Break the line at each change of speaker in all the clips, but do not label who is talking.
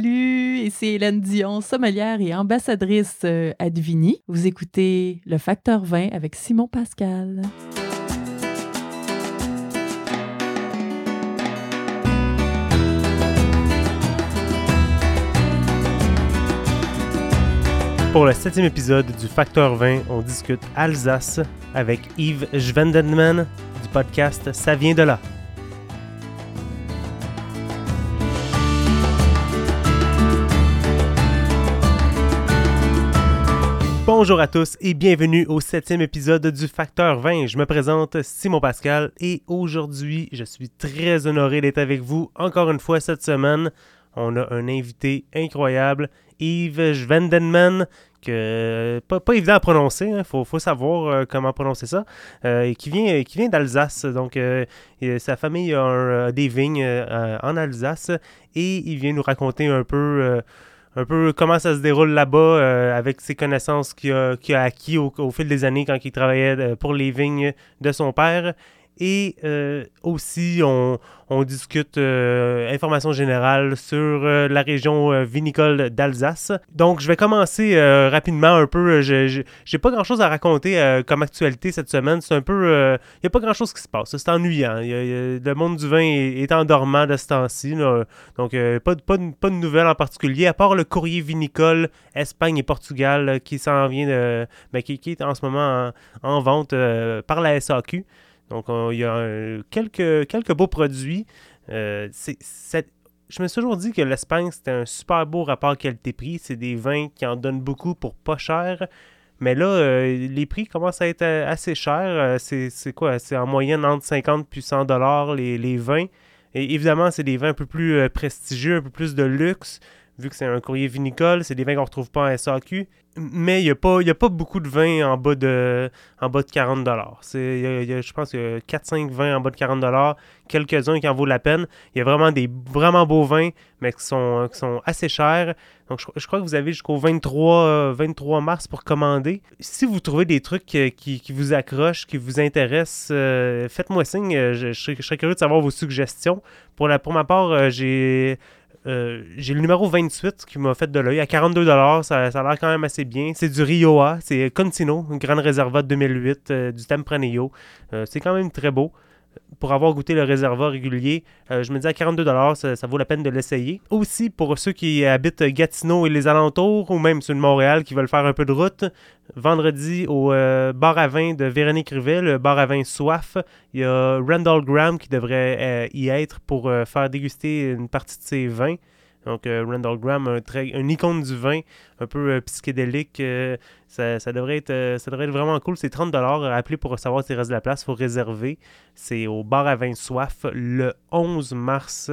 Salut, ici Hélène Dion, sommelière et ambassadrice euh, à Devigny. Vous écoutez Le Facteur 20 avec Simon Pascal.
Pour le septième épisode du Facteur 20, on discute Alsace avec Yves Schwendenman du podcast Ça vient de là. Bonjour à tous et bienvenue au septième épisode du Facteur 20. Je me présente Simon Pascal et aujourd'hui, je suis très honoré d'être avec vous encore une fois cette semaine. On a un invité incroyable, Yves Schwendenman, que pas, pas évident à prononcer, il faut, faut savoir euh, comment prononcer ça, euh, et qui vient, qui vient d'Alsace. Donc, euh, et sa famille a un- a des vignes euh, en Alsace et il vient nous raconter un peu, euh, un peu comment ça se déroule là-bas euh, avec ses connaissances qu'il a, qu'il a acquis au, au fil des années quand il travaillait euh, pour les vignes de son père. Et euh, aussi, on, on discute euh, informations générales sur euh, la région euh, vinicole d'Alsace. Donc, je vais commencer euh, rapidement un peu. Je je- j'ai pas grand-chose à raconter euh, comme actualité cette semaine. C'est un peu... euh, il n'y a pas grand-chose qui se passe. C'est ennuyant. Il y a- il y a- le monde du vin est, est endormant de ce temps-ci. là. Donc, euh, pas, de- pas, de- pas de nouvelles en particulier, à part le courrier vinicole Espagne et Portugal euh, qui s'en vient, de, ben, qui, qui est en ce moment en, en vente euh, par la SAQ. Donc, on- il y a euh, quelques, quelques beaux produits. Euh, c'est- c'est- je me suis toujours dit que l'Espagne, c'était un super beau rapport qualité-prix. C'est des vins qui en donnent beaucoup pour pas cher. Mais là, euh, les prix commencent à être euh, assez chers. Euh, c'est c'est quoi? C'est en moyenne entre 50 puis 100 dollars les, les vins. Et évidemment, c'est des vins un peu plus euh, prestigieux, un peu plus de luxe, vu que c'est un courrier vinicole. C'est des vins qu'on retrouve pas en SAQ. Mais il n'y a, pas- il y a pas beaucoup de vins en bas de, en bas de 40 dollars. C'est, il y a- il y a, Je pense que 4-5 vins en bas de 40 dollars, quelques-uns qui en vaut la peine. Il y a vraiment des vraiment beaux vins, mais qui sont, qui sont assez chers. Donc, je, je crois que vous avez jusqu'au 23, euh, 23 mars pour commander. Si vous trouvez des trucs euh, qui, qui vous accrochent, qui vous intéressent, euh, faites-moi signe. Euh, Je, je serais, je serais curieux de savoir vos suggestions. Pour, la, pour ma part, euh, j'ai... euh, j'ai le numéro 28 qui m'a fait de l'œil à 42 ça, ça a l'air quand même assez bien. C'est du Rioa, c'est Contino, une grande réserva de 2008 euh, du Tempranillo. Euh, c'est quand même très beau. Pour avoir goûté le réserva régulier, euh, je me dis à 42 ça, ça vaut la peine de l'essayer. Aussi, pour ceux qui habitent Gatineau et les alentours, ou même sur le Montréal, qui veulent faire un peu de route, vendredi au euh, bar à vin de Véronique Rivet, le bar à vin Soif, il y a Randall Graham qui devrait euh, y être pour euh, faire déguster une partie de ses vins. Donc, euh, Randall Graham, un très, une icône du vin, un peu euh, psychédélique. euh, ça, ça devrait être, euh, ça devrait être vraiment cool. C'est 30 Appelez pour savoir s'il reste de la place. Il faut réserver. C'est au bar à vin soif le 11 mars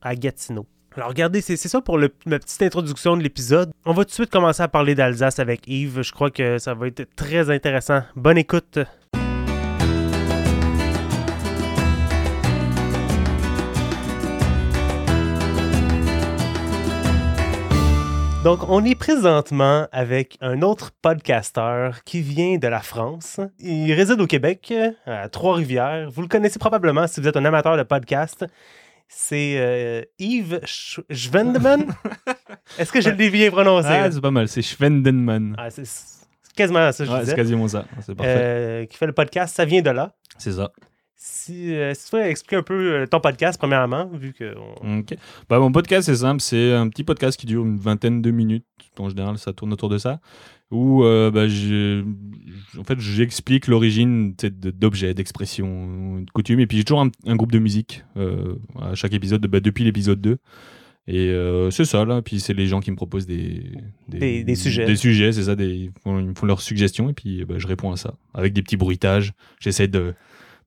à Gatineau. Alors, regardez, c'est c'est ça pour le- ma petite introduction de l'épisode. On va tout de suite commencer à parler d'Alsace avec Yves. Je crois que ça va être très intéressant. Bonne écoute. Donc, on est présentement avec un autre podcasteur qui vient de la France. Il réside au Québec, à Trois-Rivières. Vous le connaissez probablement si vous êtes un amateur de podcast. C'est euh, Yves Sch- Schwendemann. Est-ce que je l'ai bien prononcé?
Ah, c'est pas mal, c'est Schwendenmann.
Ah, c'est c'est quasiment ça, que je
Ouais,
disais.
c'est quasiment ça. C'est parfait.
Euh, qui fait le podcast, ça vient de là.
C'est ça.
Si, euh, si tu veux expliquer un peu euh, ton podcast, premièrement, vu que. on-
Ok. Bah, mon podcast, c'est simple. C'est un petit podcast qui dure une vingtaine de minutes. En général, ça tourne autour de ça. Où, euh, bah, je- en fait, j'explique l'origine tu sais, de- d'objets, d'expressions, de coutumes. Et puis, j'ai toujours un, un groupe de musique euh, à chaque épisode, bah, depuis l'épisode 2. Et euh, c'est ça, là. Puis, c'est les gens qui me proposent des,
Des- des sujets.
Des sujets, c'est ça. Des, ils, font, ils me font leurs suggestions. Et puis, bah, je réponds à ça. Avec des petits bruitages. J'essaie de,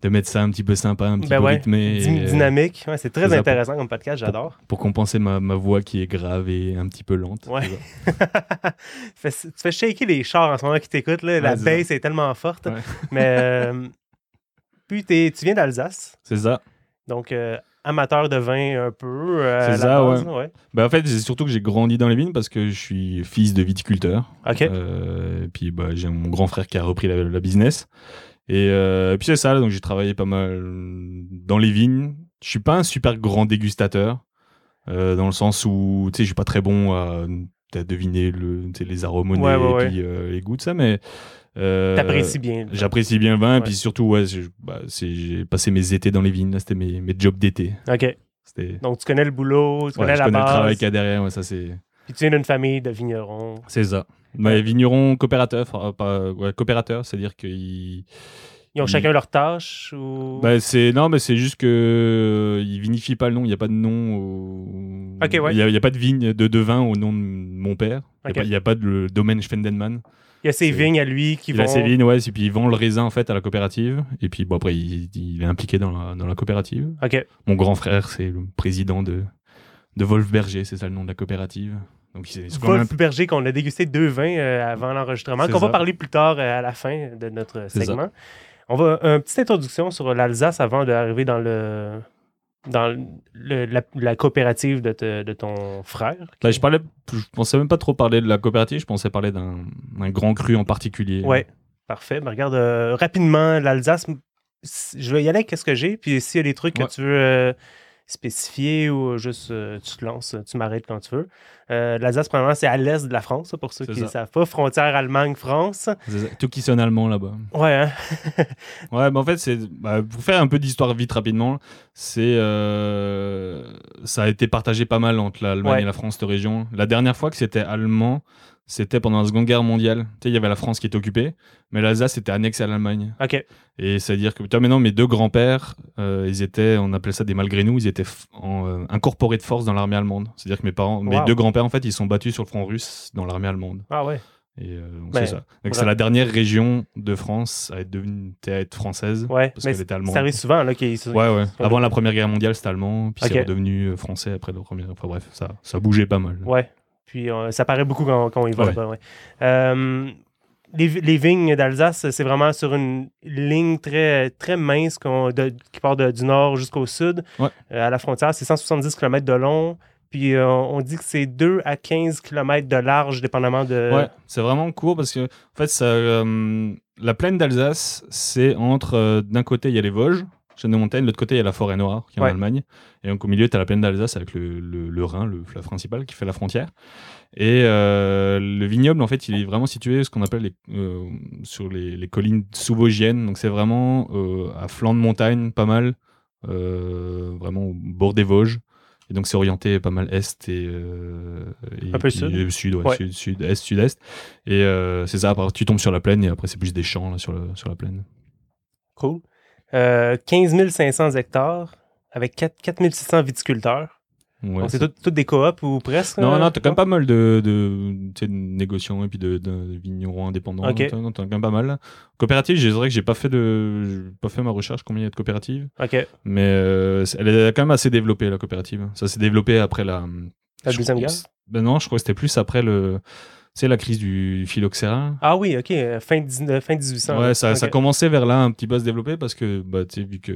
de mettre ça un petit peu sympa, un petit
Ben
peu
ouais.
rythmé.
Dy-
et, euh,
Dynamique. Ouais, c'est
c'est
très
ça,
intéressant comme podcast, j'adore.
pour compenser ma, ma voix qui est grave et un petit peu lente.
Ouais.
tu vois.
Fais- tu fais shaker les chars en ce moment qui t'écoutent. là. la
Ouais, c'est
baisse est tellement forte.
Ouais.
Mais euh, puis t'es- tu viens d'Alsace,
C'est ça.
donc euh, amateur de vin un peu. euh, à
C'est
la
ça,
base,
ouais.
ouais.
Bah, en fait, c'est surtout que j'ai grandi dans les vignes parce que je suis fils de viticulteur.
Ok.
Euh, et puis bah, j'ai mon grand frère qui a repris la, la business. Et, euh, et puis c'est ça, donc j'ai travaillé pas mal dans les vignes. Je suis pas un super grand dégustateur. euh, dans le sens où tu sais, je suis pas très bon à, à deviner le, tu sais, les arômes au nez
Ouais, ouais,
et puis euh, les goûts de ça, mais euh,
T'apprécies bien.
J'apprécie bien le vin,
Ouais.
et puis surtout, ouais, je- bah, c'est- j'ai passé mes étés dans les vignes, là, c'était mes, mes jobs d'été.
OK.
C'était.
Donc, tu connais le boulot, tu
ouais,
connais
je
la
connais le travail
base.
qu'il y a derrière, ouais, ça c'est.
Puis tu viens d'une famille de vignerons.
C'est ça. Mais vignerons coopérateurs, enfin, pas- ouais, coopérateurs, c'est-à-dire qu'ils.
Ils ont
Ils-
chacun leur tâche ou.
Bah, c'est non, mais c'est juste que euh, ils vinifient pas le nom. Il n'y a pas de nom. Au...
Ok, ouais.
Il y a, il y a pas de vigne de, de vin au nom de mon père. Il y a
Ok.
pas- Il n'y a, pas de le domaine Schwendenmann.
il y a ses
c'est-
vignes à lui qui
il
vont.
a ses vignes, ouais. Et puis il vend le raisin en fait à la coopérative. Et puis bon après il, il est impliqué dans la, dans la coopérative.
OK.
Mon grand frère c'est le président de de Wolfberger, c'est ça le nom de la coopérative. Donc ils, ils sont quand même
Wolf Berger, qu'on a dégusté deux vins euh, avant l'enregistrement,
C'est
qu'on va
ça.
parler plus tard euh, à la fin de notre
C'est ça.
segment. On va. Une petite introduction sur l'Alsace avant d'arriver dans le. Dans le- la, la coopérative de, te- de ton frère.
Là, je parlais, je pensais même pas trop parler de la coopérative, je pensais parler d'un d'un grand cru en particulier.
Ouais, parfait. Mais regarde, euh, rapidement, l'Alsace, m- s- je vais y aller avec ce que j'ai. Puis s'il y a des trucs
Ouais.
que tu veux euh, spécifier ou juste euh, tu te lances, tu m'arrêtes quand tu veux. Euh, L'Alsace, premièrement, c'est à l'est de la France, pour ceux
C'est
qui
ça.
ne savent pas. Frontière Allemagne-France.
C'est ça, Tout qui sonne allemand là-bas.
Ouais, hein?
Ouais, mais en fait, c'est bah, pour faire un peu d'histoire vite rapidement, c'est euh, ça a été partagé pas mal entre l'Allemagne
Ouais.
et la France cette région. La dernière fois que c'était allemand, c'était pendant la Seconde Guerre mondiale. Tu sais, il y avait la France qui était occupée, mais l'Alsace était annexe à l'Allemagne.
OK.
Et c'est-à-dire que, putain, maintenant, mes deux grands-pères, euh, ils étaient, on appelait ça des malgré nous, ils étaient f- en, euh, incorporés de force dans l'armée allemande. C'est-à-dire que mes parents, mes
Wow.
deux grands-pères, en fait, ils sont battus sur le front russe dans l'armée allemande.
Ah ouais.
Et euh, donc,
Ben,
c'est ça.
bravo.
Donc, c'est la dernière région de France à être devenue, à être française.
Ouais.
Parce
Mais
qu'elle
c-
était
ça
allemande.
arrive souvent, là, qu'ils sont-
Ouais, ouais.
sont-
Avant la Première Guerre mondiale, c'était allemand, puis
Ok.
c'est redevenu euh, français après la Première. Enfin bref, ça, ça bougeait pas mal.
Ouais. Puis euh, ça paraît beaucoup quand, quand on y va
Ouais.
là-bas, ouais. Euh, les, vi- les vignes d'Alsace, c'est vraiment sur une ligne très, très mince qu'on- de- qui part de- du nord jusqu'au sud.
Ouais.
Euh, à la frontière, c'est 170 km de long. Puis euh, on dit que c'est 2 à 15 km de large, dépendamment de.
Ouais, Euh, c'est vraiment court parce que, en fait, ça, euh, la plaine d'Alsace, c'est entre, euh, d'un côté, il y a les Vosges, chaîne de montagne, de l'autre côté, il y a la forêt noire, qui est
Ouais.
en Allemagne. Et donc, au milieu, tu as la plaine d'Alsace avec le, le- le Rhin, le fleuve principal, qui fait la frontière. Et euh, le vignoble, en fait, il est vraiment situé, ce qu'on appelle les, euh, sur les, les collines sous-vosgiennes. Donc, c'est vraiment euh, à flanc de montagne, pas mal, euh, vraiment au bord des Vosges. Et donc, c'est orienté pas mal est et, euh, et
Un peu
puis,
sud.
euh, sud, ouais,
Ouais.
sud, sud, est, sud-est. Et euh, c'est ça, après, tu tombes sur la plaine et après, c'est plus des champs là, sur, le- sur la plaine.
Cool. Euh, 15 500 hectares avec 4, 600 viticulteurs.
Ouais,
Donc c'est
c'est-
toutes toutes des coops ou presque.
Non,
euh,
non, t'as quand même pas mal de, de, tu sais, de négociants et puis de, de- de vignerons indépendants.
Ok.
T'en- T'en as quand même pas mal. Coopérative, je dirais que j'ai pas fait de, j'ai pas fait ma recherche combien il y a de coopératives,
OK.
mais euh, c'est- elle est quand même assez développée la coopérative. Ça s'est développé après la.
La
je
Deuxième
crois-
Guerre?
Ben non, je crois que c'était plus après le, tu sais, la crise du phylloxéra.
Ah oui, OK. euh, Fin, 19 fin 1800.
Ouais, ça, ça
OK.
commençait vers là un petit peu à se développer parce que, bah, tu sais, vu que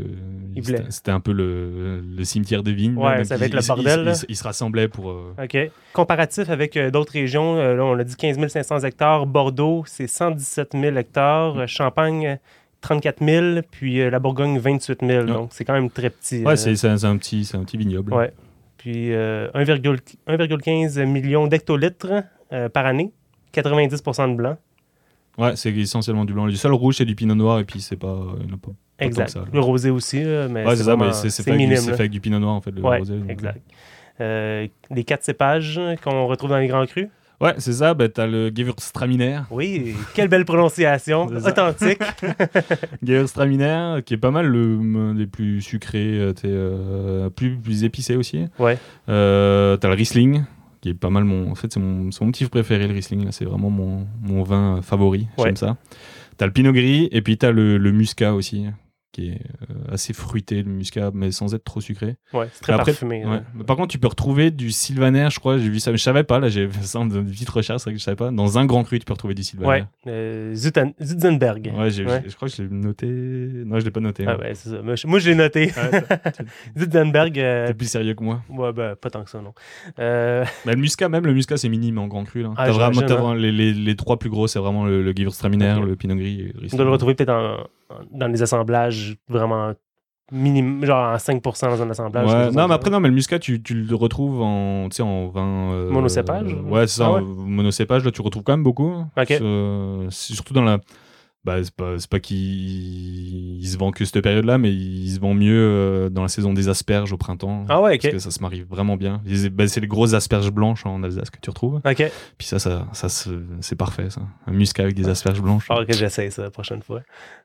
Il voulait.
c'était c'était un peu le, le cimetière des vignes.
Ouais,
donc
ça va
ils-
être le
ils-
bordel,
Ils,
là.
ils- ils se rassemblaient pour. euh,
OK. Comparatif avec euh, d'autres régions, euh, là, on a dit 15 500 hectares. Bordeaux, c'est 117 000 hectares. Euh, Champagne, euh, 34 000. Puis euh, la Bourgogne, 28 000. Donc, c'est quand même très petit.
Ouais,
euh,
c'est c'est un, c'est un petit, c'est un petit vignoble.
Ouais. Puis euh, 1,15 1,15 million d'hectolitres euh, par année. 90 de blanc.
Ouais, c'est essentiellement du blanc. Le seul rouge, c'est du pinot noir, et puis c'est pas. euh, il y en a pas- tant que
Exact.
ça, là.
Le rosé aussi, là, mais
Ouais,
c'est
c'est ça, mais
vraiment-
c'est c'est
c'est
fait, avec du-
minime.
c'est
là.
fait avec du pinot noir, en fait, le
Ouais,
rosé. donc,
exact. Euh, les quatre cépages qu'on retrouve dans les grands crus.
ouais. Ouais, c'est ça. Bah, t'as le Gewürztraminer.
Oui, quelle belle prononciation,
C'est ça.
authentique.
Gewürztraminer, qui est pas mal le un des plus sucrés, euh, t'es, euh, plus, plus épicé aussi.
Ouais.
Euh, t'as le Riesling, qui est pas mal mon. En fait, c'est mon, c'est mon petit préféré, le Riesling. là, C'est vraiment mon, mon vin euh, favori.
Ouais.
J'aime ça. T'as le Pinot Gris, et puis t'as le, le Muscat aussi, qui est euh, assez fruité, le Muscat, mais sans être trop sucré.
Ouais, c'est très
Mais après-
parfumé. hein.
Ouais.
là.
Mais Par contre, tu peux retrouver du sylvaner, je crois. J'ai vu ça, mais je savais pas. Là, j'ai fait ça dans une petite recherche, c'est vrai que je savais pas. Dans un grand cru, tu peux retrouver du
Ouais,
sylvaner.
euh, Zuten- Zutzenberg.
ben Ouais, j'ai-
Ouais.
je crois que je l'ai noté. Non, je l'ai pas noté. hein.
Ah
ouais.
ouais, c'est ça. Moi, je- Moi, je l'ai noté.
Ah Ouais, ça-
Zutzenberg, euh,
T'es plus sérieux que moi.
ouais, ben, pas tant que ça, non. Euh,
Bah, le muscat, même le muscat, c'est minime en grand cru. Là.
Ah,
T'as vraiment,
j'imagine,
t'as
hein.
vraiment les, les- les trois plus gros, c'est vraiment le, le Gewürztraminer,
Ok.
le Pinot Gris et le
on
Riesling.
doit le retrouver peut-être en- en- dans les assemblages vraiment Minim, genre en 5% dans un assemblage. quelque
Ouais.
chose
Non,
comme
mais
ça.
après, non, mais le muscat, tu, tu le retrouves en, tu sais, en vin. euh,
Monocépage?
euh, Ouais, c'est ça,
Ah ouais.
en monocépage, là, tu retrouves quand même beaucoup. hein.
Ok.
C'est, euh, c'est surtout dans la. Bah, c'est pas, c'est pas qu'il il se vend que cette période-là, mais il se vend mieux euh, dans la saison des asperges au printemps.
Ah ouais, ok.
Parce que ça se marie vraiment bien. Les- bah, c'est les grosses asperges blanches en Alsace que tu retrouves.
Ok.
Puis ça, ça, ça se- c'est parfait, ça. Un muscat avec des asperges blanches.
Alors que j'essaie ça la prochaine fois.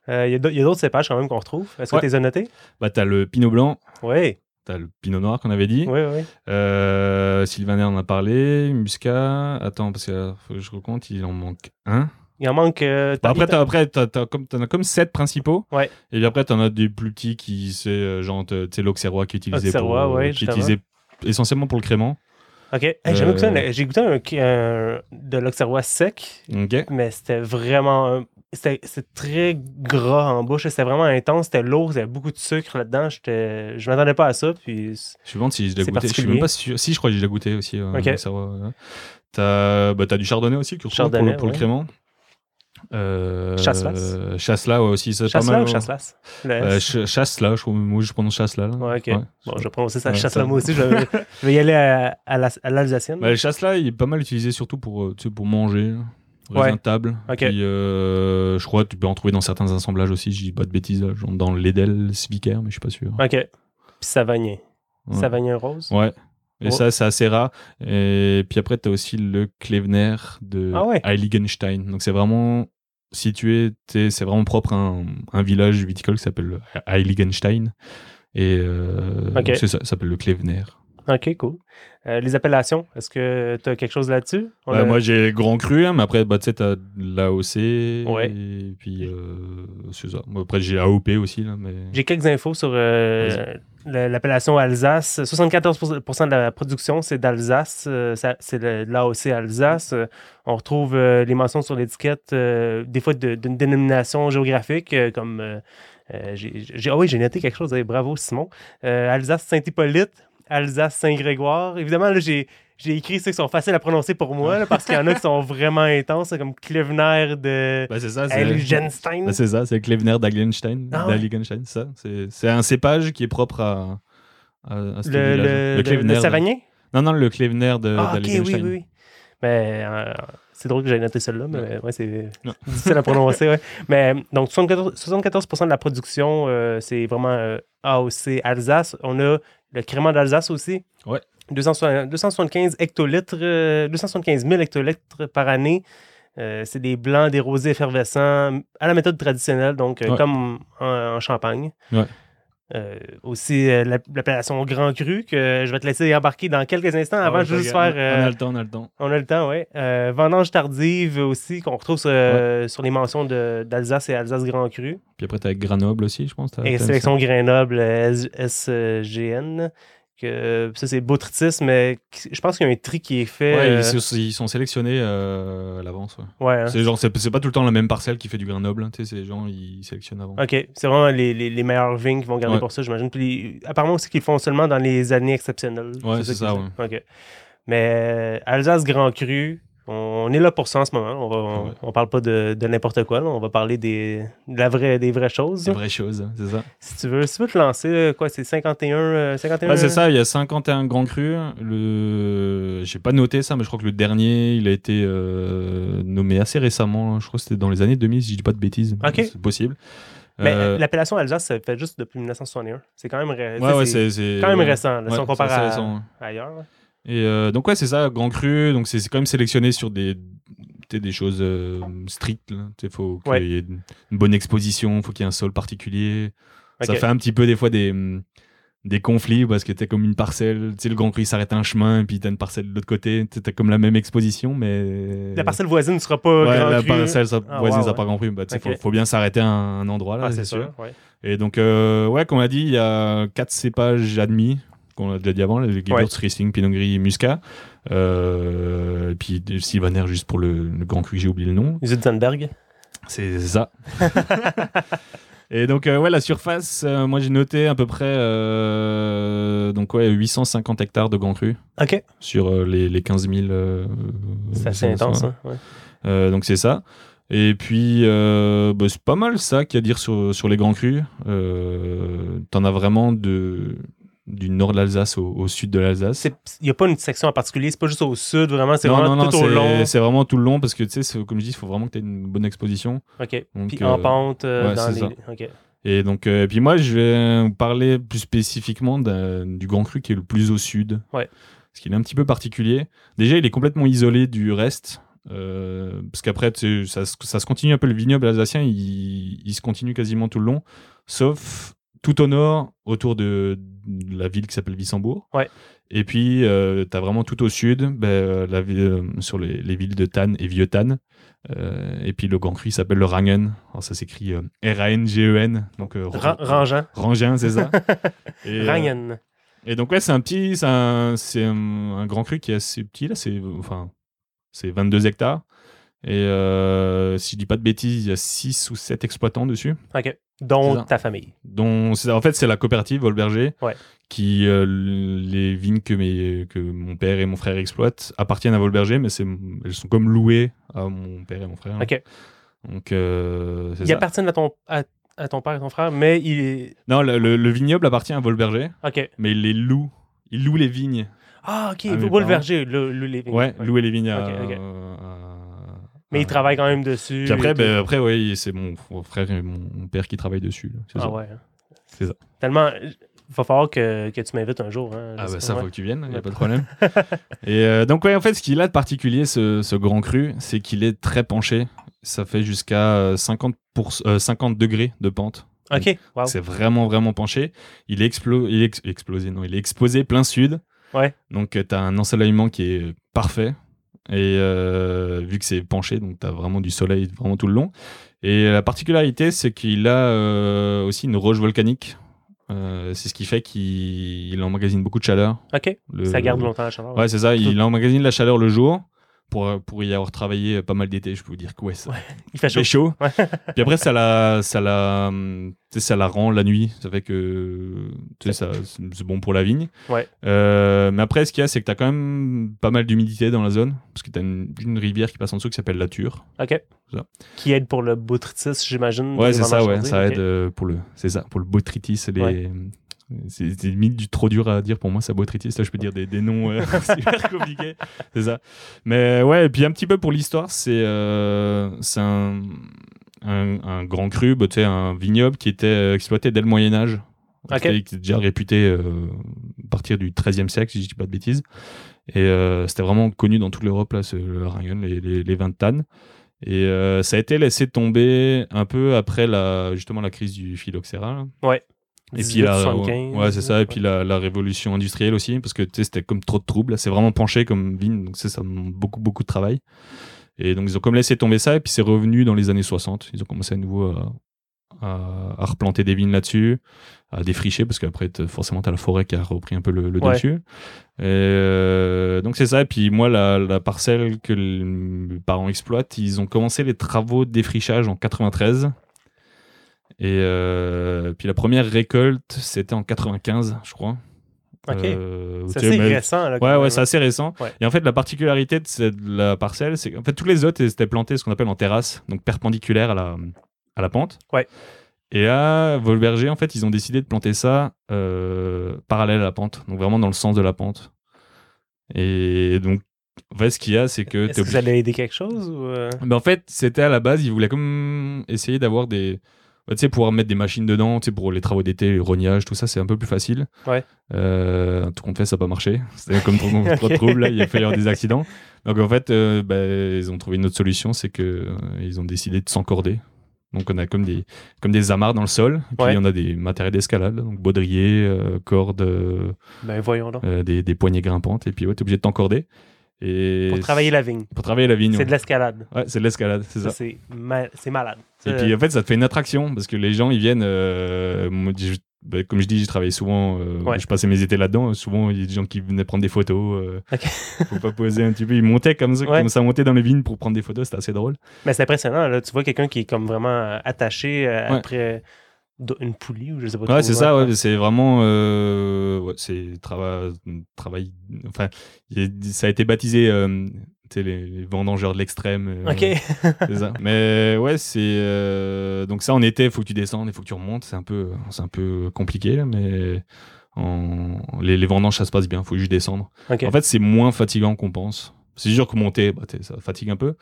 Euh, Il y a d'au- il y a d'autres cépages quand même qu'on retrouve. Est-ce que
Ouais.
tu les as notés?
Bah, t'as le pinot blanc,
Oui.
t'as le pinot noir qu'on avait dit.
Oui, oui.
Euh, Sylvaner en a parlé, Muscat. Attends, parce que euh, faut que je recompte, il en manque un.
Il en manque. euh,
Bah, après,
t'as-
t'as, après t'as, t'as comme, t'en as comme sept principaux.
Ouais.
Et puis après, t'en as des plus petits qui, c'est euh, genre, t'as- tu sais, l'auxerrois qui est utilisé,
Auxerrois,
pour, euh,
ouais,
qui
justement.
est utilisé essentiellement pour le crément.
Ok. Hey, j'avais goûté un-
Euh,
J'ai goûté un, un- de l'auxerrois sec,
Ok.
mais c'était vraiment. un- C'était c'était très gras en bouche. C'était vraiment intense. C'était lourd. Il y avait beaucoup de sucre là-dedans. J'étais- Je m'attendais pas à ça. Puis
Je me demande si je l'ai
C'est
goûté. Je suis
particulier.
même pas sûr. Si, je crois que je l'ai goûté aussi. euh,
Ok.
l'auxerrois, ouais. T'as, bah, t'as du chardonnay aussi, que tu retrouves pour,
Chardonnay,
le- pour le
ouais.
crément. Euh,
Chasselas.
Chasselas, ouais, aussi. Ça, pas
chasse-là
mal,
ou
ouais.
chasse-las
Euh, ch- Chasselas, je trouve. Moi, je prononce Chasselas. là.
Ouais, ok.
Ouais.
Bon, je vais prononcer ça
Ouais,
chasse-là
ça-
moi aussi. Je vais, je vais y aller à, à la- à l'Alsacienne.
Bah, le chasse-là, il est pas mal utilisé surtout pour, euh, tu sais, pour manger. là.
Ouais.
Raisin de table.
Ok.
Puis, euh, je crois que tu peux en trouver dans certains assemblages aussi. Je dis pas de bêtises. là, Genre dans l'Edel Sviker, mais je suis pas sûr.
ok. Puis Savagnin.
Ouais.
Savagnin rose.
Ouais. Et
Ouais.
ça, c'est assez rare. Et puis après, tu as aussi le Klevener de
Ah ouais.
Heiligenstein. Donc, c'est vraiment situé, t'es- c'est vraiment propre à un, un village viticole qui s'appelle Heiligenstein. Et euh,
Ok.
c'est ça, ça s'appelle le Klevener.
Ok, cool. Euh, les appellations, est-ce que tu as quelque chose là-dessus? On
Ouais,
a-
Bah, Moi, j'ai grand cru, hein, mais après, bah, tu sais, t'as l'AOC.
Ouais.
Et puis, euh, c'est ça. Moi, Après, j'ai AOP aussi, là, mais.
J'ai quelques infos sur euh, la- l'appellation Alsace. 74% de la production, c'est d'Alsace. Euh, ça- c'est le- de l'AOC Alsace. Euh, on retrouve euh, les mentions sur l'étiquette, euh, des fois de- d'une dénomination géographique, euh, comme... euh, euh, j'ai- j'ai- ah oui, j'ai noté quelque chose. Eh, bravo, Simon. Euh, Alsace-Saint-Hippolyte, Alsace-Saint-Grégoire. Évidemment, là, j'ai... J'ai écrit ceux qui sont faciles à prononcer pour moi, là, parce qu'il y en a qui sont vraiment intenses, comme Klevener de
Bah, c'est ça. c'est-
Elgenstein.
Bah, c'est ça, c'est le Klevener d'Heiligenstein.
Ah ouais.
d'Heiligenstein, c'est ça. C'est, c'est un cépage qui est propre à, à, à ce
Le,
village. hein.
le, le,
Klevener de-
Savagnin?
Non, non, le Klevener de,
Ah, ok, oui, oui,
d'Heiligenstein.
oui. Mais euh, c'est drôle que j'aie noté celle-là, mais ouais, c'est
Non.
c'est difficile à prononcer. ouais. Mais donc, 74, 74% de la production, euh, c'est vraiment euh, AOC Alsace. On a le crément d'Alsace aussi.
Ouais.
260 275 hectolitres, euh, 275 000 hectolitres par année. Euh, c'est des blancs, des rosés effervescents à la méthode traditionnelle, donc euh,
Ouais.
comme en, en Champagne.
Ouais.
Euh, aussi euh, la- l'appellation Grand Cru, que je vais te laisser embarquer dans quelques instants avant
Ah,
de juste
on
faire.
a-
euh,
On a le temps, on a le temps.
on a le temps, oui. Euh, vendange tardive aussi, qu'on retrouve sur, euh, sur les mentions de- d'Alsace et Alsace Grand Cru.
Puis après, t'as Grenoble aussi, je pense. t'as-
Et
t'as-
sélection grain noble euh, S- SGN. Que, ça, c'est Beautritis, mais qui- je pense qu'il y a un tri qui est fait.
Ouais,
euh,
ils, sont- ils sont sélectionnés euh, à l'avance. ouais.
ouais, hein.
C'est, genre, c'est, c'est pas tout le temps la même parcelle qui fait du Grenoble. hein, Tu sais, ces gens, ils sélectionnent avant.
OK. C'est vraiment les, les, les meilleurs vignes qui vont garder
Ouais.
pour ça, j'imagine. Puis les- apparemment aussi qu'ils le font seulement dans les années exceptionnelles.
Ouais, c'est ça,
qu'ils- OK. Mais euh, Alsace Grand Cru, on, on est là pour ça en ce moment. On, va, on,
Ouais.
on parle pas de, de n'importe quoi. là. On va parler des, de la vraie, des vraies choses.
C'est vraies choses, hein, c'est ça.
Si tu veux, si tu veux te lancer, euh, quoi, c'est 51, euh, 51
Ouais, c'est ça, il y a 51 grands crus. Le... J'ai pas noté ça, mais je crois que le dernier, il a été euh, nommé assez récemment. hein. Je crois que c'était dans les années 2000, si je dis pas de bêtises. mais
Ok.
C'est possible.
Mais
Euh,
euh, l'appellation Alsace, ça fait juste depuis 1961. C'est quand même, ré- tu
ouais,
sais,
ouais,
c'est
c'est, c'est-
quand même
ouais.
récent, là,
Ouais,
si on
c'est
compare
assez
à-
récent, ouais.
ailleurs. là.
Et euh, donc, ouais, c'est ça, grand cru. Donc, c'est, c'est quand même sélectionné sur des, t'sais, des choses euh, strictes. là. T'sais, faut qu'il
Ouais.
y ait une une bonne exposition, faut qu'il y ait un sol particulier. Ça
Ok.
fait un petit peu des fois des, hum, des conflits parce que t'es comme une parcelle, tu sais, le Grand Prix s'arrête à un chemin et puis t'as une parcelle de l'autre côté, t'as comme la même exposition, mais.
La parcelle voisine ne sera pas
Ouais,
Grand
la
Cru.
parcelle ça,
Ah,
voisine,
ouais,
ça
ouais.
pas Grand Prix. Bah, tu sais,
Ok.
faut, faut bien s'arrêter à un, un endroit là,
Ah,
c'est sûr.
ouais.
Et donc, euh, ouais, comme on a dit, il y a quatre cépages admis qu'on a déjà dit avant, les Gewürz, Riesling, Pinot Gris, Muscat, euh, et puis des Sylvaner juste pour le, le Grand Cru, j'ai oublié le nom.
Zutzenberg.
C'est ça. Et donc, euh, ouais, la surface, euh, moi j'ai noté à peu près euh, donc, ouais, 850 hectares de grands crus
OK.
sur euh, les, les 15 000. euh,
C'est assez
euh,
intense. hein, ouais.
euh, donc, c'est ça. Et puis, euh, bah, c'est pas mal ça qu'il y a à dire sur, sur les grands crus. Euh, T'en as vraiment de, du nord de l'Alsace au, au sud de l'Alsace.
Il n'y a pas une section en particulier, c'est pas juste au sud, vraiment, c'est
Non,
vraiment
non, non,
tout au
c'est-
long.
C'est vraiment tout le long parce que, tu sais, c'est- comme je dis, il faut vraiment que tu aies une bonne exposition.
OK.
Donc,
Puis en
euh,
pente, euh,
ouais,
dans les.
c'est
OK.
Et donc, euh, et puis moi, je vais vous parler plus spécifiquement d'un- du Grand Cru qui est le plus au sud.
Ouais.
Parce qu'il est un petit peu particulier. Déjà, il est complètement isolé du reste. euh, parce qu'après, tu sais, ça, se- ça se continue un peu le vignoble alsacien, il, il se continue quasiment tout le long, sauf tout au nord, autour de, de la ville qui s'appelle Wissembourg.
Ouais.
Et puis, euh, t'as vraiment tout au sud, ben, euh, la ville- euh, sur les, les villes de Tannes et Vieux-Tannes. Euh, et puis le grand cru il s'appelle le Rangen. Alors ça s'écrit euh, R-A-N-G-E-N. Donc euh,
Ra-
Ran-
Rangeant.
Rangin, c'est ça. et, euh,
Rangen.
et donc ouais, c'est un petit, c'est un, c'est un- un grand cru qui est assez petit là. C'est euh, enfin, c'est 22 hectares. Et euh, si je dis pas de bêtises, il y a 6 ou 7 exploitants dessus.
OK.
c'est
Dont
ça.
ta famille.
Dont, c'est- en fait, c'est la coopérative Olberger
Ouais.
qui euh, les vignes que, mes, que mon père et mon frère exploitent appartiennent à Volberger, mais c'est, elles sont comme louées à mon père et mon frère.
OK.
Donc euh, c'est
Ils
ça.
appartiennent à ton, à, à ton père et ton frère, mais il est.
Non, le, le- le vignoble appartient à Volberger,
OK.
mais il les loue. Il loue les vignes.
Ah, OK.
Ah, mes
Wolverger, le, le, les-
Ouais, louer les vignes à.
Ok, ok.
à-
Mais il
à-
travaille quand même dessus.
Puis
et
après,
tout.
ben, après ouais, c'est mon frère et mon père qui travaillent dessus. là. C'est
Ah
ça.
ouais.
C'est ça.
Tellement. Il va falloir que, que tu m'invites un jour. hein, je
Ah
sais
bah
pas,
ça,
ouais.
faut que tu viennes, il n'y
Ouais.
a pas de problème. et euh, donc ouais, en fait, ce qu'il a de particulier, ce, ce grand cru, c'est qu'il est très penché. Ça fait jusqu'à euh, 50, euh, 50 degrés de pente.
OK. Wow.
C'est vraiment, vraiment penché. Il est, explo- il est ex- explosé, non, il est exposé plein sud.
Ouais.
Donc, tu as un ensoleillement qui est euh, parfait. Et euh, vu que c'est penché, donc tu as vraiment du soleil vraiment tout le long. Et la particularité, c'est qu'il a euh, aussi une roche volcanique. Euh, c'est ce qui fait qu'il il emmagasine beaucoup de chaleur.
OK.
Le-
Ça garde longtemps la chaleur.
Ouais, c'est ça. Il emmagasine la chaleur le jour. Pour, euh, pour y avoir travaillé pas mal d'été, je peux vous dire que ouais, ça,
Il fait chaud.
fait chaud. Puis après, ça la, ça la, hum, tu sais, ça la rend la nuit. Ça fait que tu sais, ça- c'est bon pour la vigne.
Ouais.
Euh, mais après, ce qu'il y a, c'est que tu as quand même pas mal d'humidité dans la zone. Parce que tu as une, une rivière qui passe en dessous qui s'appelle la Ture.
OK.
Ça.
Qui aide pour le botrytis, j'imagine.
Ouais,
des
c'est ça,
vendanges
ouais.
croisées,
Ça
ok.
aide euh, pour le, c'est ça, pour le botrytis. les-
Ouais.
C'est c'est limite du trop dur à dire pour moi, ça botrytis. Là, je peux dire des, des noms euh, super compliqués. C'est ça. Mais ouais, et puis un petit peu pour l'histoire, c'est euh, c'est un, un, un grand cru, bah, tu sais, un vignoble qui était euh, exploité dès le Moyen-Âge.
Ok.
Qui était- Qui était déjà réputé euh, à partir du XIIIe siècle, si je dis pas de bêtises. Et euh, c'était vraiment connu dans toute l'Europe, là, ce, le Rangen, les, les, les vins de Tannes. Et euh, ça a été laissé tomber un peu après la, justement la crise du phylloxéra. là. Et puis la,
1875,
ouais, c'est ça. Et puis la, la révolution industrielle aussi, parce que tu sais, c'était comme trop de troubles. là. C'est vraiment penché comme vigne, donc ça, ça demande beaucoup, beaucoup de travail. Et donc ils ont comme laissé tomber ça, et puis c'est revenu dans les années 60. Ils ont commencé à nouveau à, à- à replanter des vignes là-dessus, à défricher, parce qu'après, t'as- forcément, tu as la forêt qui a repris un peu le, le
Ouais.
dessus. Et, euh, donc c'est ça. Et puis moi, la, la parcelle que le- mes parents exploitent, ils ont commencé les travaux de défrichage en 93. Et euh, puis la première récolte, c'était en 95, je crois.
OK.
Euh,
c'est
tu sais,
assez
mais-
récent. Là, quand
Ouais,
même,
ouais, c'est assez récent.
Ouais.
Et en fait, la particularité de, cette- de la parcelle, c'est qu'en fait, tous les autres étaient plantés ce qu'on appelle en terrasse, donc perpendiculaire à la, à la pente.
Ouais.
Et à Volberger, en fait, ils ont décidé de planter ça euh, parallèle à la pente, donc vraiment dans le sens de la pente. Et donc, en fait, ce qu'il y a, c'est que.
Est-ce
t'es
que vous allez aider quelque chose ou euh,
mais en fait, c'était à la base, ils voulaient comme essayer d'avoir des. bah, tu sais, pouvoir mettre des machines dedans, tu sais, pour les travaux d'été, le rognage, tout ça, c'est un peu plus facile.
Ouais.
Euh, tout compte fait, ça n'a pas marché. C'était comme trop, trop de troubles, là, il a fallu avoir des accidents. Donc en fait, euh, bah, ils ont trouvé une autre solution, c'est que euh, ils ont décidé de s'encorder. Donc on a comme des, comme des amarres dans le sol, et puis
Ouais.
on a des matériels d'escalade, donc baudrier, euh, cordes, euh,
Ben voyons donc.
euh, des, des poignées grimpantes, et puis ouais, t'es obligé de t'encorder. Et
Pour travailler la vigne.
pour travailler la vigne.
C'est
ouais.
de l'escalade.
Ouais, c'est de l'escalade, c'est ça.
Ça, C'est ma- c'est malade.
Et
Ça,
puis euh, en fait, ça te fait une attraction parce que les gens ils viennent. euh, moi, je- bah, comme je dis, j'ai travaillé souvent, euh,
Ouais.
je passais mes étés là-dedans. euh, Souvent, il y a des gens qui venaient prendre des photos. euh,
Ok.
faut pas poser un petit peu. Ils montaient comme ça,
Ouais.
comme ça, montaient dans les vignes pour prendre des photos. C'était assez drôle.
Mais c'est impressionnant. Là. Tu vois quelqu'un qui est comme vraiment euh, attaché euh,
Ouais.
après do- une poulie ou je sais pas
Ouais,
trop,
c'est ça. ouais, c'est vraiment, euh, ouais, c'est trava- travail. Enfin, il y a- ça a été baptisé. euh, tu tu sais, les, les vendangeurs de l'extrême. euh,
Ok.
c'est ça. Mais ouais, c'est euh, donc ça en été, faut que tu descendes, il faut que tu remontes, c'est un peu, c'est un peu compliqué, là, mais en- les, les vendanges ça se passe bien, faut juste descendre.
Ok.
En fait, c'est moins fatigant qu'on pense. C'est sûr que monter, bah, t'es- ça fatigue un peu,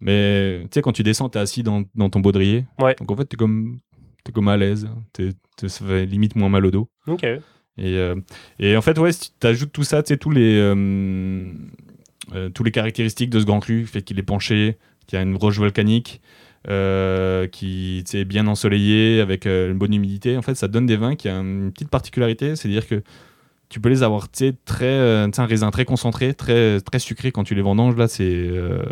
mais tu sais quand tu descends, t'es assis dans, dans ton baudrier,
Ouais.
donc en fait t'es comme t'es comme à l'aise, t'es, t'es- ça fait limite moins mal au dos.
Ok.
Et, euh, et en fait, ouais, si tu ajoutes tout ça, tu sais, tous les, euh, euh, tous les caractéristiques de ce grand cru, fait qu'il est penché, qu'il y a une roche volcanique, euh, qui tu sais, est bien ensoleillé, avec euh, une bonne humidité, en fait, ça donne des vins qui ont une petite particularité, c'est-à-dire que tu peux les avoir, tu sais, très, euh, tu sais, un raisin très concentré, très, très sucré quand tu les vendanges, là, c'est, euh,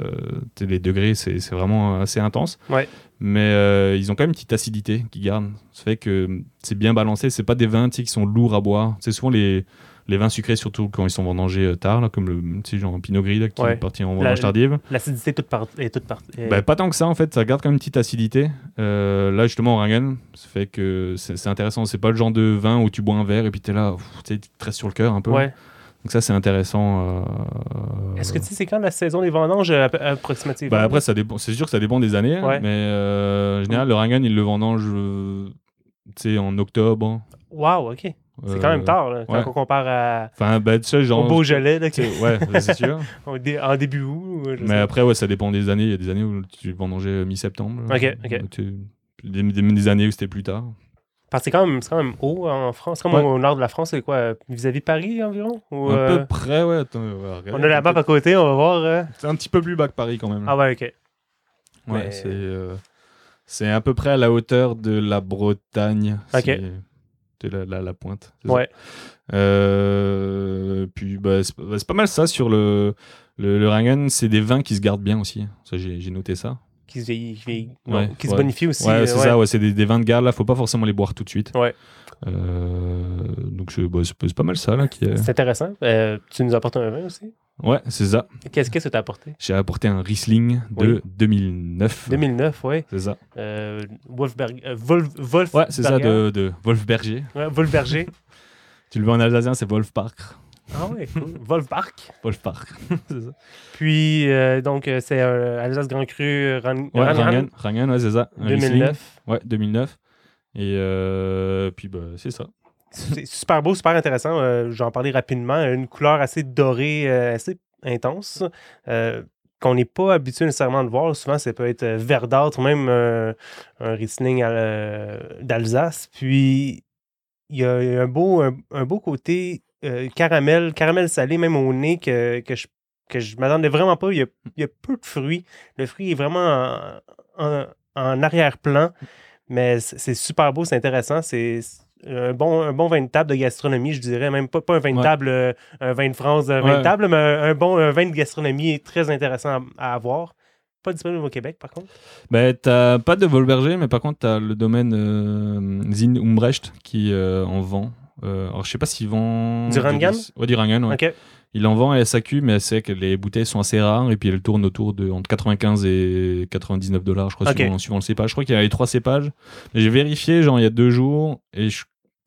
tu sais, les degrés, c'est c'est vraiment assez intense.
Ouais.
Mais euh, ils ont quand même une petite acidité qu'ils gardent. Ça fait que c'est bien balancé, c'est pas des vins, tu sais, qui sont lourds à boire. C'est souvent les, les vins sucrés, surtout quand ils sont vendangés euh, tard, là, comme le, tu sais, genre Pinot Gris, là, qui
Ouais.
est parti en vendange tardive.
L'acidité toute part... est toute part... est-
Bah, pas tant que ça, en fait, ça garde quand même une petite acidité. Euh, là, justement, au Rangan, ça fait que c'est c'est intéressant. C'est pas le genre de vin où tu bois un verre et puis t'es là, pff, tu sais, tu te restes sur le cœur un peu.
Ouais.
Donc, ça, c'est intéressant. euh,
Est-ce que tu sais c'est quand la saison des vendanges euh, app- approximative
bah, après, ça dépend. C'est sûr que ça dépend des années, hein,
Ouais.
mais euh, en général, le Rangan, il le vendange, euh, tu sais, en octobre. hein.
Wow, ok. C'est
Euh,
quand même tard, là, quand
ouais.
on compare à...
Enfin, bah, tu sais, genre.
au Beaujolais, là,
tu
qui-
sais, ouais, c'est sûr.
au dé- en début août. ou je
Mais
sais
après, ouais, ça dépend des années. Il y a des années où tu vendangeais euh, mi-septembre.
Ok,
Euh,
ok.
tu- Des, des- des années où c'était plus tard.
Parce que c'est quand, même- c'est quand même haut hein, en France. Comme
Ouais.
au nord de la France, c'est quoi euh, Vis-à-vis de Paris environ Ou,
Un
euh,
peu Hum. près, ouais. Attends, on va regarder.
On a la map à côté, on va voir. euh.
C'est un petit peu plus bas que Paris quand même.
Ah ouais, ok.
ouais,
mais-
c'est, euh, c'est à peu près à la hauteur de la Bretagne.
Ok.
C'est- De la, la- la pointe. c'est ça.
Ouais.
Euh, puis bah, c'est, bah, c'est pas mal ça sur le, le, le Rangan. C'est des vins qui se gardent bien aussi. Ça, j'ai, j'ai noté ça.
Qui se vieillit, qui, vieillit-
Ouais,
non, qui se
ouais.
bonifie aussi.
ouais,
euh,
c'est ça. Ouais, c'est des, des vins de garde. Là, faut pas forcément les boire tout de suite.
Ouais.
Euh, donc, je- bah, c'est, c'est pas mal ça. Là, qui est-
C'est intéressant. Euh, tu nous apportes un vin aussi
Ouais, c'est ça.
Qu'est-ce qu'est-ce que tu as apporté
J'ai apporté un Riesling de
Oui.
2009.
2009, oui.
C'est ça.
Euh, Wolfberg, euh, Wolf, Wolf
Ouais, c'est ça de, de Wolfberger.
Ouais, Wolfberger.
Tu le veux en alsacien, c'est Wolf Park.
ah ouais, cool. Wolfbark.
Wolf Park. c'est ça.
Puis, euh, donc, euh, c'est euh, Alsace Grand Cru, euh, Ran-
Ouais,
Ran- Ran-
Rangan, Rangan, ouais, c'est ça. Un Riesling.
2009.
Ouais, 2009. Et euh, puis, bah, c'est ça.
C'est super beau, super intéressant. Euh, J'en parlais rapidement. Une couleur assez dorée, euh, assez intense, euh, qu'on n'est pas habitué nécessairement de voir. Souvent, ça peut être euh, verdâtre, même euh, un Riesling à la- d'Alsace. Puis, il y a il y a un beau, un, un beau côté euh, caramel, caramel salé, même au nez, que, que je que je m'attendais vraiment pas. Il y, a,
Mmh.
il y a peu de fruits. Le fruit est vraiment en, en- en arrière-plan,
Mmh.
mais c'est c'est super beau, c'est intéressant. C'est c'est un bon, un bon vin de table de gastronomie, je dirais. Même pas, pas un vin de
Ouais.
table, euh, un vin de France, un vin
Ouais.
de table, mais un bon un vin de gastronomie est très intéressant à, à avoir. Pas disponible au Québec, par contre.
Bah, t'as pas de Wolfberger, mais par contre, t'as le domaine euh, Zin Umbrecht qui euh, en vend. Euh, alors, je sais pas s'il vend.
Du Rangan
Ouais, du Rangan, ouais.
OK.
Il en vend à SAQ, mais c'est que les bouteilles sont assez rares et puis elles tournent autour de entre 95 et 99 dollars, je crois,
Ok.
suivant, suivant le cépage. Je crois qu'il y a les trois cépages. Mais J'ai vérifié, genre, il y a deux jours et je,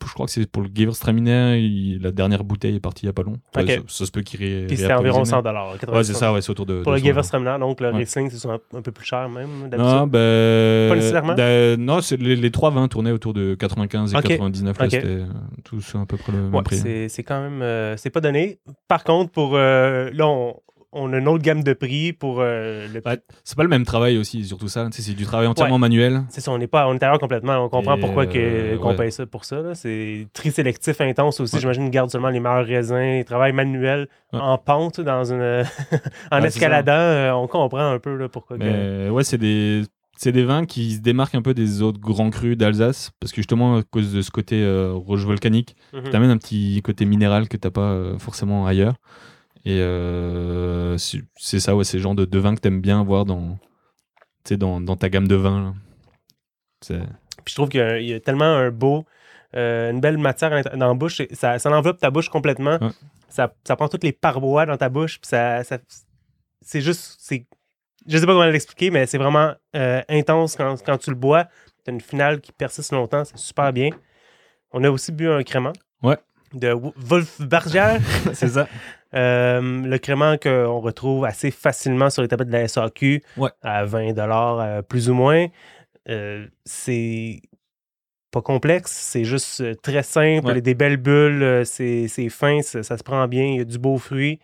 je crois que c'est pour le Gewürztraminer, il- la dernière bouteille est partie il y a pas long.
Ok.
ça, ça se peut qu'il ré-
Puis c'était
réactualise,
environ
mais-
100 dollars.
Ouais, c'est ça, ouais, c'est autour de.
Pour
de
le
100.
Gewürztraminer, donc le
Ouais.
Riesling, c'est souvent un peu plus cher, même,
Non,
d'habitude.
ben,
Pas nécessairement
ben, non, c'est- les, les trois vins tournaient autour de 95 et
Ok.
99. là,
Ok.
C'était euh, tous à peu près le
Ouais,
même prix.
c'est- c'est quand même. euh, c'est pas donné. Par contre, pour. euh, là, on, on a une autre gamme de prix pour euh, le.
Ouais, c'est pas le même travail aussi, surtout ça. Tu sais, C'est du travail entièrement manuel.
C'est ça, on n'est pas. On est ailleurs complètement. On comprend
Et,
pourquoi que-
euh,
qu'on
ouais.
paye ça pour ça. là. C'est tri sélectif intense aussi.
Ouais.
J'imagine qu'ils gardent seulement les meilleurs raisins, travail manuel
Ouais.
en pente, dans une. en
Ouais, c'est ça.
escaladant. euh, on comprend un peu là, pourquoi. que-
Mais ouais, c'est des, c'est des vins qui se démarquent un peu des autres grands crus d'Alsace, parce que justement, à cause de ce côté euh, roche volcanique,
Mhm.
t'amène un petit côté minéral que t'as pas euh, forcément ailleurs. Et euh, c'est c'est ça, ouais, c'est le genre de, de vin que t'aimes bien avoir dans, tu sais, dans, dans ta gamme de vins. là. C'est-
Puis je trouve qu'il y a- il y a tellement un beau, euh, une belle matière à l'intérieur- dans la bouche. Et Ça, ça enveloppe ta bouche complètement.
Ouais.
Ça, ça prend toutes les parois dans ta bouche. Puis ça, ça- c'est juste, c'est, je sais pas comment l'expliquer, mais c'est vraiment euh, intense quand, quand tu le bois. T'as une finale qui persiste longtemps. C'est super bien. On a aussi bu un crément.
Ouais.
De Wo- Wolfberger.
C'est ça.
Euh, le crément qu'on retrouve assez facilement sur les tablettes de la SAQ
Ouais.
à 20 euh, plus ou moins. Euh, c'est pas complexe, c'est juste euh, très simple.
Ouais.
Il y a Des belles bulles, euh, c'est c'est fin, ça, ça se prend bien, il y a du beau fruit.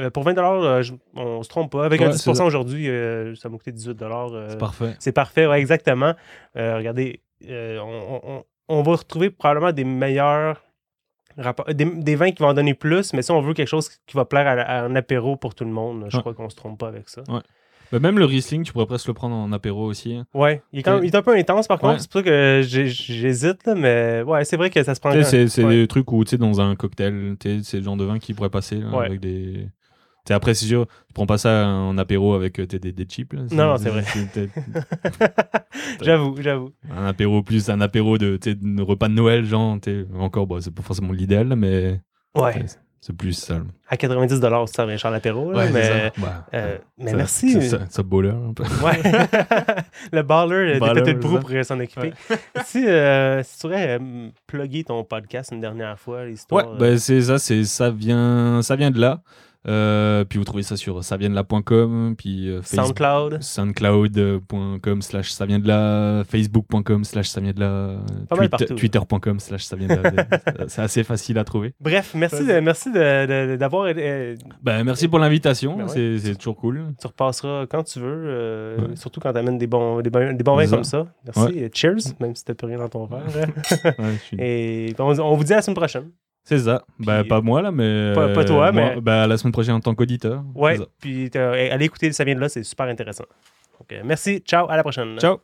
Euh, pour 20 euh, je- on se trompe pas. Avec un
Ouais,
10
c'est ça.
aujourd'hui, euh, ça m'a coûté 18 euh,
C'est parfait.
c'est parfait, ouais, exactement. Euh, regardez, euh, on, on- on va retrouver probablement des meilleurs rapports, euh, des, des vins qui vont en donner plus, mais si on veut quelque chose qui va plaire à, à un apéro pour tout le monde, je
Ouais.
crois qu'on se trompe pas avec ça.
Bah, même le Riesling, tu pourrais presque le prendre en apéro aussi. hein.
Ouais, il est, quand même- il est un peu intense par contre,
Ouais.
c'est pour ça que j'ai- j'hésite, là, mais ouais, c'est vrai que ça se prend.
Tu sais, C'est c'est
ouais.
des trucs où, tu sais, dans un cocktail, tu sais, c'est le genre de vin qui pourrait passer là,
Ouais.
avec des. tu sais, après, c'est sûr, tu prends pas ça en apéro avec euh, t'sais, des, des chips. là.
Non, c'est vrai.
t'es-
j'avoue, j'avoue.
Un apéro plus un apéro de, tu sais, de repas de Noël, genre, tu sais, encore, bon, c'est pas forcément l'idéal, mais
Ouais,
c'est- c'est plus ça.
à 90 ça ça vient cher l'apéro, là, mais,
Bah,
euh, mais
ça-
merci.
Ça, ça, ça baller un peu.
Ouais. le baller, euh, le
Baller,
détecteur de
c'est
brou
ça.
pourrait s'en occuper. si, euh, si tu pourrais euh, plugger ton podcast une dernière fois,
Ouais,
l'histoire. euh,
bah, c'est ça, c'est ça vient, ça vient de là. Euh, puis vous trouvez ça sur saviendela.com, puis euh, Facebook-
SoundCloud.
soundcloud.com slash ça vient de là, facebook.com slash ça vient de là,
Pas mal partout.
twitter.com slash ça vient de là. c'est assez facile à trouver.
Bref, merci de- merci de- de- d'avoir. euh,
Ben, merci pour l'invitation,
Ben ouais.
c'est c'est toujours cool.
tu repasseras quand tu veux, euh,
Ouais.
surtout quand tu amènes des bons, des bons, des bons vins
C'est ça.
comme ça. Merci. et Cheers, même si tu plus rien dans ton verre. hein.
Ouais, je suis-
Et on, on vous dit à la semaine prochaine.
C'est ça. Bah,
Puis-
pas moi, là, mais.
Pas- pas toi, mais-
bah, la semaine prochaine en tant qu'auditeur.
Ouais,
C'est ça.
puis euh, allez écouter, ça vient de là, c'est super intéressant. Donc, euh, merci, ciao, à la prochaine.
Ciao!